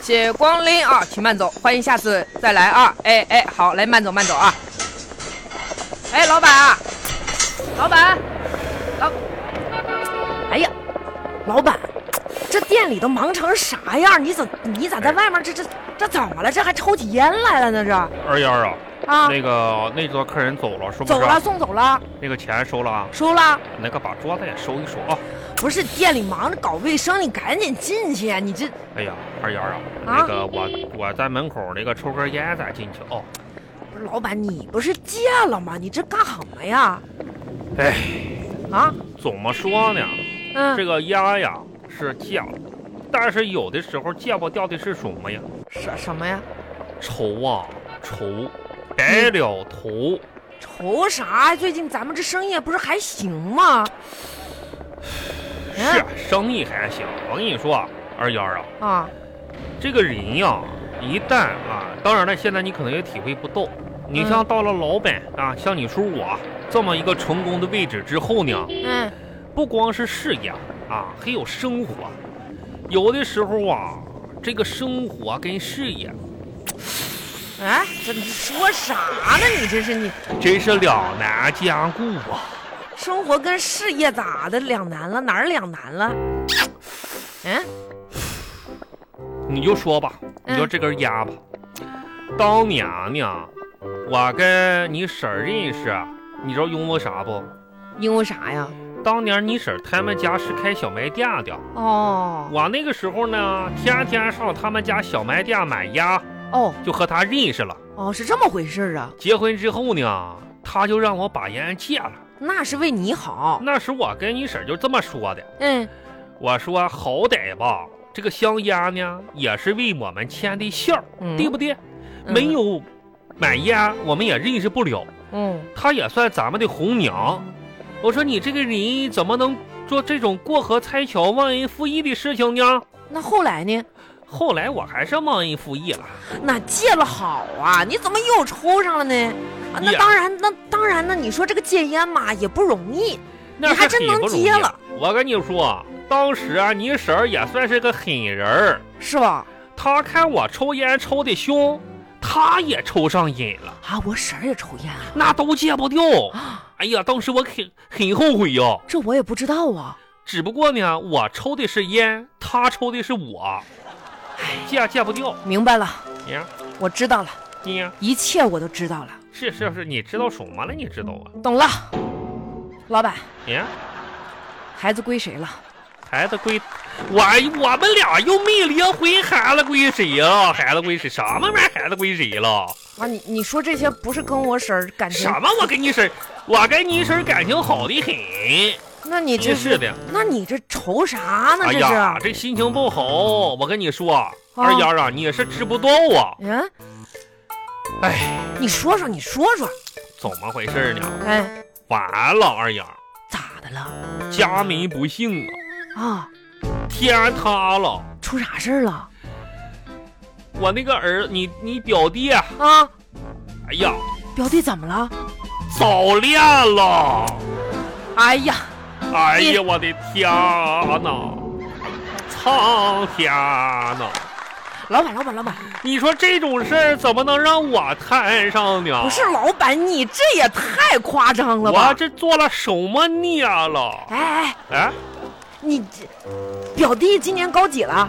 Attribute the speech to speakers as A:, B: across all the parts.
A: 谢光临啊，请慢走，欢迎下次再来啊！哎哎，好，来慢走慢走啊！哎，老板啊，老板，老，
B: 哎呀，老板，这店里都忙成啥样？你怎你
C: 哎
B: 咋在外面？这这这怎么了？这还抽起烟来了呢？这
C: 二丫啊，
B: 啊，
C: 那个那桌客人走了，是不是？
B: 走了，送走了，
C: 那个钱收了啊，
B: 收了。
C: 那个把桌子也收一收啊。
B: 不是店里忙着搞卫生，你赶紧进去呀！你这
C: 哎呀，二丫啊，
B: 啊
C: 那个我我在门口那个抽根烟再进去哦。
B: 不是老板，你不是戒了吗？你这干什么呀？
C: 哎，
B: 啊，
C: 怎么说呢？
B: 嗯，
C: 这个烟呀是戒了，但是有的时候戒不掉的是什么呀？
B: 什什么呀？
C: 愁啊愁，白了头。
B: 愁啥？最近咱们这生意不是还行吗？嗯
C: 是啊生意还行，我跟你说啊，二丫啊，
B: 啊，
C: 这个人呀，一旦啊，当然了，现在你可能也体会不到。你像到了老板啊，像你说我这么一个成功的位置之后呢，
B: 嗯，
C: 不光是事业啊，还有生活。有的时候啊，这个生活跟事业
B: 哎，这你说啥呢？你这是你
C: 真是两难兼顾啊。
B: 生活跟事业咋的两难了？哪儿两难了？嗯，
C: 你就说吧，
B: 嗯
C: 你就这根烟吧。当年呢，我跟你婶儿认识，你知道因为啥不？
B: 因为啥呀？
C: 当年你婶儿他们家是开小卖店的，
B: 哦
C: 我那个时候呢，天天上他们家小卖店买鸭，
B: 哦
C: 就和他认识了。
B: 哦，是这么回事儿啊？
C: 结婚之后呢，他就让我把烟戒了。
B: 那是为你好。
C: 那时我跟你婶儿就这么说的，
B: 嗯，
C: 我说好歹吧，这个香烟呢也是为我们牵的线儿，
B: 嗯
C: 对不对？
B: 嗯
C: 没有买烟，我们也认识不了。
B: 嗯
C: 她也算咱们的红娘。我说你这个人怎么能做这种过河拆桥、忘恩负义的事情呢？
B: 那后来呢？
C: 后来我还是忘恩负义了。
B: 那戒了好啊，你怎么又抽上了呢？啊，那
C: 呀
B: 当然，那当然，那你说这个戒烟嘛也不容易，
C: 那
B: 你还
C: 是
B: 真
C: 挺
B: 能
C: 不容
B: 接
C: 易啊
B: 了。
C: 我跟你说，当时啊，你婶儿也算是个狠人儿，
B: 是吧？
C: 她看我抽烟抽的凶，她也抽上瘾了，
B: 啊，我婶儿也抽烟啊，
C: 那都戒不掉。
B: 啊，
C: 哎呀，当时我很很后悔哟。
B: 这我也不知道啊。
C: 只不过呢，我抽的是烟，她抽的是我，
B: 哎
C: 戒戒不掉。
B: 明白了，
C: 你呀，
B: 我知道了，
C: 你呀，
B: 一切我都知道了，
C: 是是是，你知道什么了？你知道啊？
B: 懂了。老板，
C: 你呀，
B: 孩子归谁了？
C: 孩子归我，我们俩又没离婚，孩子归谁呀？孩子归谁？什么玩意儿？孩子归谁了？
B: 啊，你你说这些不是跟我婶儿感情
C: 什？么？我跟 你婶儿，我跟你婶儿感情好的很。
B: 那你这
C: 是的，
B: 那你这愁啥呢？
C: 哎
B: 这是？
C: 呀，这心情不好。我跟你说，二丫啊，你也是知不道啊。
B: 嗯，
C: 哎，
B: 你说说，你说说，
C: 怎么回事呢？
B: 哎，
C: 完了，二丫，
B: 咋的了？
C: 家门不幸啊，
B: 啊，
C: 天塌了。
B: 出啥事儿了？
C: 我那个儿，你你表弟啊，
B: 啊，
C: 哎呀，
B: 表弟怎么了？
C: 早恋了。
B: 哎呀，
C: 哎
B: 你
C: 呀，我的天呐，苍天呐！
B: 老板，老板，老板，
C: 你说这种事儿怎么能让我摊上呢？
B: 不是老板，你这也太夸张了
C: 啊我
B: 吧？
C: 这做了什么孽了？
B: 哎哎，
C: 哎，
B: 你这表弟今年高几了？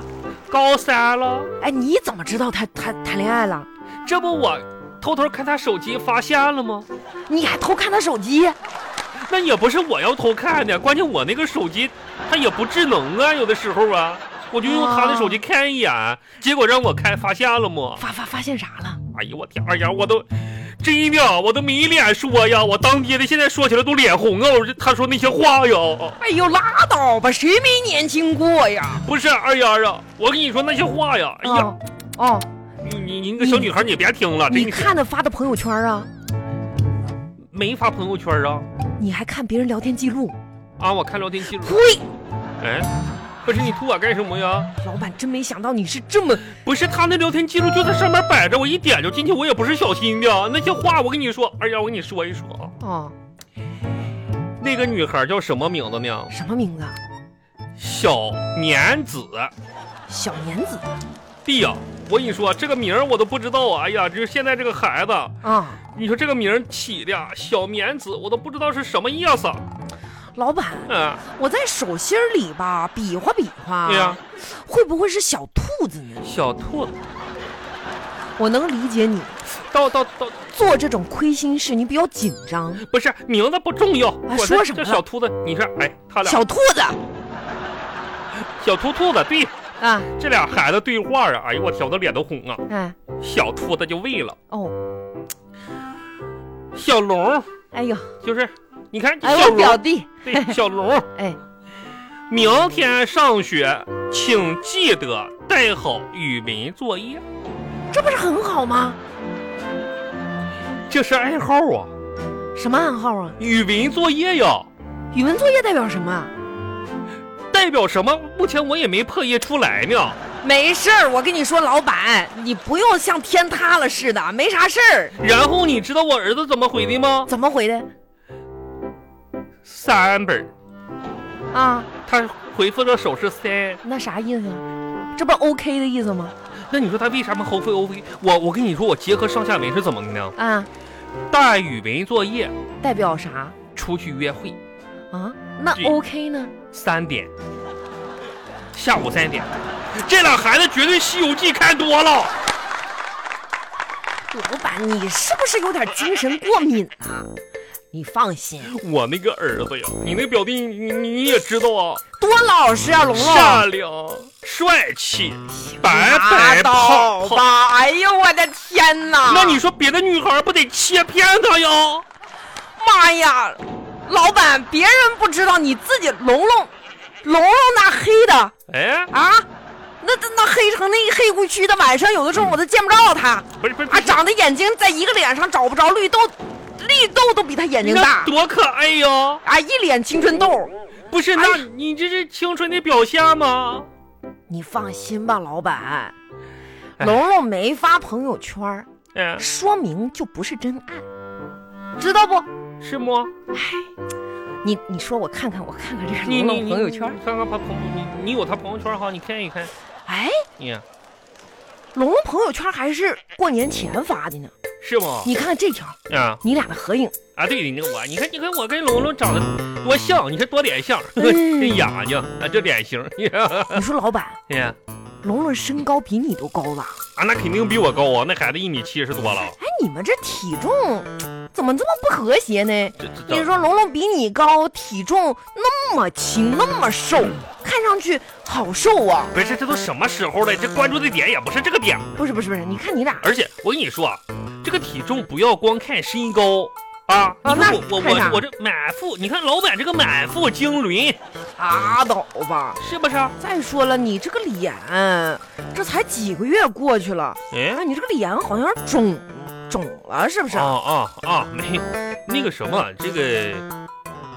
C: 高三了，
B: 哎，你怎么知道他谈谈恋爱了？
C: 这不我偷偷看他手机发现了吗？
B: 你还偷看他手机？
C: 那也不是我要偷看的，关键我那个手机它也不智能啊，有的时候啊，我就用他的手机看一眼，结果让我看发现了吗？
B: 发发发现啥了？
C: 哎呦我天，哎呀，我都真的我都没脸说呀，我当爹的现在说起来都脸红啊，我这他说那些话呀，
B: 哎呦，拉倒吧，谁没年轻过呀？
C: 不是二丫啊，我跟你说那些话呀，哎呀，
B: 哦哦，
C: 你你你那个小女孩你别听了，真
B: 你
C: 的是
B: 看他发的朋友圈啊，
C: 没发朋友圈啊
B: 你还看别人聊天记录？
C: 啊，我看聊天记录，
B: 呸！
C: 哎，不是你吐啊我干什么呀？
B: 老板真没想到你是这么……
C: 不是他那聊天记录就在上面摆着，我一点就进去，我也不是小心的，那些话我跟你说，哎二丫我跟你说一说啊，
B: 哦，
C: 那个女孩叫什么名字呢？
B: 啊什么名字？
C: 小年子。
B: 小年子啊
C: 弟呀、我跟你说，这个名儿我都不知道啊！哎呀，就是现在这个孩子，
B: 啊，
C: 你说这个名儿起的啊小棉子，我都不知道是什么意思。
B: 老板，
C: 嗯，
B: 我在手心儿里吧比划比划，
C: 对呀
B: 会不会是小兔子呢？
C: 小兔子，
B: 我能理解你
C: 到到到，
B: 做这种亏心事，你比较紧张。
C: 不是名字不重要，
B: 哎
C: 我
B: 说
C: 这
B: 什么
C: 这
B: 了
C: 小兔子，你说，哎，他俩
B: 小兔子
C: 小兔兔子，对，
B: 啊，
C: 这俩孩子对话啊，哎呦我天，我的脸都红啊！
B: 哎
C: 小兔子就喂了
B: 哦，
C: 小龙，
B: 哎呦，
C: 就是你看
B: 哎
C: 小
B: 我表
C: 龙，
B: 弟，
C: 对，小龙，
B: 哎，
C: 明天上学，请记得带好语文作业。
B: 这不是很好吗？
C: 这是暗号啊，
B: 什么暗号啊？
C: 语文作业呀，
B: 语文作业代表什么啊？
C: 代表什么？目前我也没破译出来呢。
B: 没事儿，我跟你说，老板，你不用像天塌了似的，没啥事儿。
C: 然后你知道我儿子怎么回的吗？
B: 怎么回的
C: 三本儿，
B: 啊？
C: 他回复的手是三。
B: 那啥意思啊？这不是 OK 的意思吗？
C: 那你说他为啥么后悔 O K？我我跟你说，我结合上下文是怎么的呢？
B: 啊，
C: 大语文作业，
B: 代表啥
C: 出去约会，
B: 啊？那
C: 对
B: OK 呢？
C: 三点，下午三点。这俩孩子绝对《西游记》看多了。
B: 老板，你是不是有点精神过敏啊？你放心，
C: 我那个儿子呀，你那表弟，你你你也知道啊，
B: 多老实啊，龙龙。
C: 善良、帅气、白白
B: 拉倒
C: 胖胖。
B: 吧！哎呦，我的天哪！
C: 那你说别的女孩不得切片他呀？
B: 妈呀，老板，别人不知道，你自己龙龙，龙龙那黑的
C: 哎，
B: 啊，那那那黑成那黑乎黢的，晚上有的时候我都见不着他啊，
C: 不是不是，不是
B: 长得眼睛在一个脸上找不着绿豆，绿豆都比他眼睛
C: 那
B: 大
C: 多可爱呀！
B: 啊，一脸青春痘。
C: 不是，
B: 哎
C: 那你这是青春的表现吗？
B: 你放心吧，老板，
C: 哎
B: 龙龙没发朋友圈，
C: 嗯，
B: 说明就不是真爱，知道不？
C: 是吗？
B: 你你说我看看，我看看这个
C: 你
B: 龙
C: 你
B: 龙
C: 你
B: 朋友圈。
C: 你看看他朋友，你你有他朋友圈哈？你看一看，
B: 哎，
C: 你
B: 龙龙朋友圈还是过年前发的呢。
C: 是吗？
B: 你看看这条，
C: 啊
B: 你俩的合影，
C: 啊，对，你看我，你看你看我跟龙龙长得多像，你看多脸像， 这
B: 嗯
C: 眼睛啊，这脸 型，你看
B: 你说老板，
C: 你看
B: 龙龙身高比你都高吧？
C: 啊，那肯定比我高啊，那孩子一米七十多了。
B: 哎，你们这体重怎么这么不和谐呢？
C: 这这
B: 你
C: 这
B: 说龙龙比你高，体重那么轻，那么瘦，看上去好瘦啊！
C: 不是，这都什么时候了？这关注的点也不是这个点。
B: 不是不是不是，你看你俩，
C: 而且我跟你说啊，这个体重不要光看身高啊。
B: 啊
C: 你说
B: 那
C: 我我
B: 看啥
C: 我我这满腹，你看老板这个满腹经纶，
B: 拉倒吧。
C: 是不是？啊
B: 再说了，你这个脸，这才几个月过去了，
C: 哎
B: 哎，，你这个脸好像肿肿了，是不是？
C: 啊啊啊，没那个什么，这个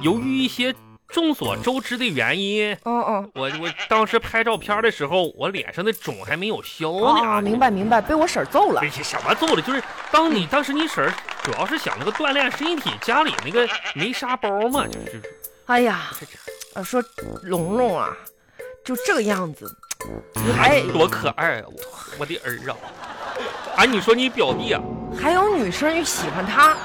C: 由于一些众所周知的原因。
B: 嗯嗯。
C: 我我当时拍照片的时候，我脸上的肿还没有消呢。哎
B: 哦，明白明白，被我婶儿揍了
C: 这。是什么揍的？就是当你当时你婶儿主要是想那个锻炼身体，家里那个没沙包嘛，就是
B: 哎呀，
C: 这这
B: 呃说龙龙啊，就这个样子，还，
C: 哎多可爱啊！我我的儿啊！哎，你说你表弟啊，
B: 还有女生喜欢他，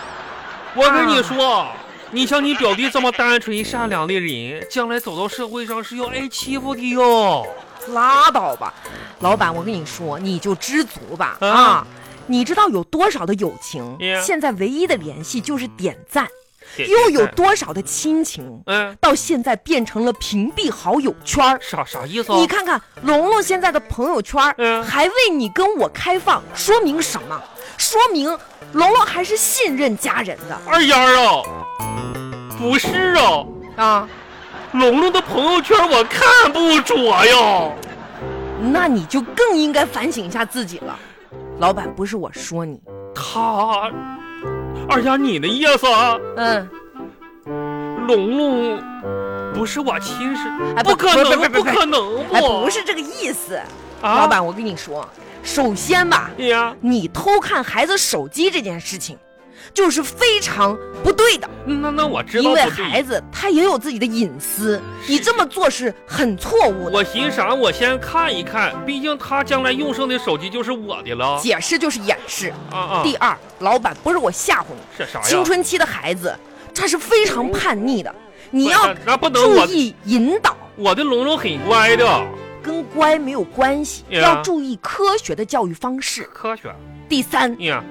C: 我跟你说，
B: 啊
C: 你像你表弟这么单纯善良的人，将来走到社会上是要挨欺负的哟。
B: 拉倒吧。老板，我跟你说，你就知足吧
C: 啊
B: 啊！你知道有多少的友情
C: Yeah
B: 现在唯一的联系就是点赞，
C: 姐姐
B: 又有多少的亲情，
C: 嗯，
B: 到现在变成了屏蔽好友圈儿。
C: 啥啥意思啊？
B: 你看看龙龙现在的朋友圈，
C: 嗯
B: 还为你跟我开放，说明什么？说明龙龙还是信任家人的
C: 二丫儿啊，不是啊，
B: 啊。
C: 龙龙的朋友圈我看不着呀。
B: 那你就更应该反省一下自己了。老板，不是我说你，
C: 他，二丫，你的意思啊？
B: 嗯，
C: 龙龙不是我亲生，
B: 哎
C: 不可能，
B: 不
C: 不可能，
B: 哎，不是这个意思。
C: 啊
B: 老板，我跟你说，首先吧，
C: 呀。
B: 你偷看孩子手机这件事情，就是非常不对的。
C: 那那我知
B: 因
C: 道不
B: 为
C: 对。
B: 孩子他也有自己的隐私，你这么做是很错误的。
C: 我寻啥？我先看一看，毕竟他将来用上的手机就是我的了。
B: 解释就是掩饰。
C: 啊啊！
B: 第二，老板不是我吓唬你，
C: 是啥呀？
B: 青春期的孩子他是非常叛逆的，你要
C: 不是那不能
B: 注
C: 我
B: 意引导，
C: 我的龙龙很乖的，
B: 跟乖没有关系，
C: Yeah
B: 要注意科学的教育方式。
C: 科学
B: 第三，
C: 呀。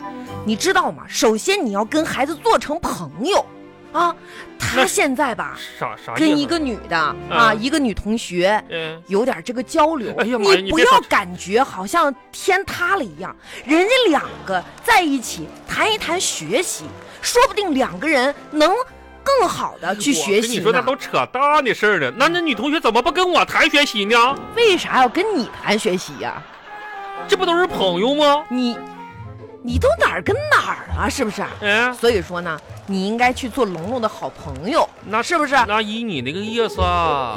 B: 你知道吗？首先你要跟孩子做成朋友啊。他
C: 那
B: 现在吧，
C: 啥啥意思？
B: 跟一个女的啊，一个女同学，
C: 嗯，
B: 有点这个交流，
C: 哎呀妈呀
B: 你
C: 你
B: 不
C: 别
B: 要
C: 说
B: 感觉好像天塌了一样，人家两个在一起谈一谈学习，说不定两个人能更好的去学
C: 哎我跟
B: 习
C: 你说那
B: 呢。
C: 都扯淡的事儿了。那那女同学怎么不跟我谈学习呢？
B: 为啥要跟你谈学习呀、
C: 这不都是朋友吗？
B: 你，你都哪儿跟哪儿啊？是不是啊？
C: 哎，
B: 所以说呢，你应该去做龙龙的好朋友，
C: 那
B: 是不是？啊
C: 那依你那个意思，啊，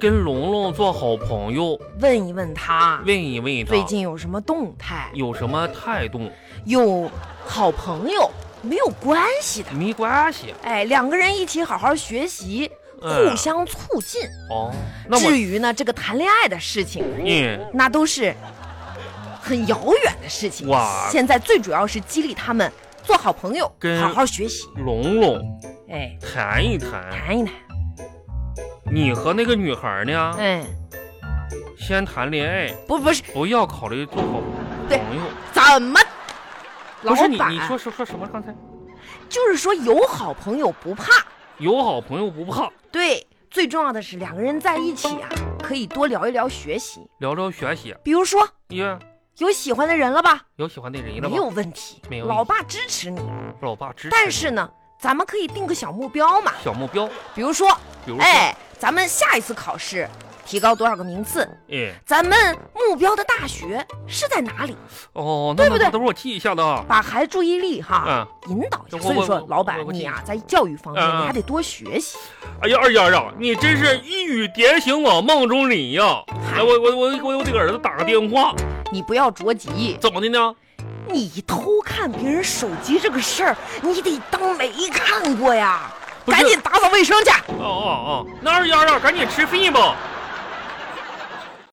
C: 跟龙龙做好朋友，
B: 问一问他
C: 问一问他
B: 最近有什么动态，
C: 有什么态度？
B: 有好朋友没有关系的。
C: 没关系
B: 哎，两个人一起好好学习，
C: 嗯
B: 互相促进。
C: 哦。那我
B: 至于呢，这个谈恋爱的事情，
C: 嗯，
B: 那都是很遥远的事情。
C: 哇
B: 现在最主要是激励他们做好朋友，
C: 跟
B: 好好学习。
C: 龙龙
B: 哎，
C: 谈一谈，
B: 谈一谈。
C: 你和那个女孩呢，
B: 哎，
C: 先谈恋爱，
B: 不，不是，
C: 不要考虑做好
B: 对
C: 朋友。
B: 怎么？老
C: 不是你，
B: 板，
C: 你说说说什么？刚才
B: 就是说有好朋友不怕。
C: 有好朋友不怕，
B: 对，最重要的是两个人在一起啊，可以多聊一聊学习。
C: 聊聊学习。
B: 比如说，
C: 耶，
B: 有喜欢的人了吧？
C: 有喜欢的人了
B: 没
C: 吧？
B: 有问题，
C: 没有问题
B: 老爸支持你。
C: 老爸支持。
B: 但是呢，咱们可以定个小目标嘛，
C: 小目标，
B: 比如说，
C: 比如说，
B: 哎，咱们下一次考试提高多少个名次？
C: 哎，
B: 咱们目标的大学是在哪里？
C: 哦，那
B: 对不
C: 那
B: 对
C: 那等会儿我记一下子啊。
B: 把孩子注意力哈、
C: 嗯，
B: 引导一下。
C: 我
B: 所以
C: 我
B: 说
C: 我，
B: 老板
C: 我我
B: 你啊，在教育方面
C: 嗯嗯
B: 你还得多学习。
C: 哎呀，二丫啊，你真是一语点醒我梦中人呀！哎，我我我我我得给儿子打个电话，
B: 你不要着急，
C: 怎么的呢？
B: 你偷看别人手机这个事儿，你得当没看过呀。
C: 不是
B: 赶紧打扫卫生去。
C: 哦哦哦，那二丫啊，赶紧吃饭吧。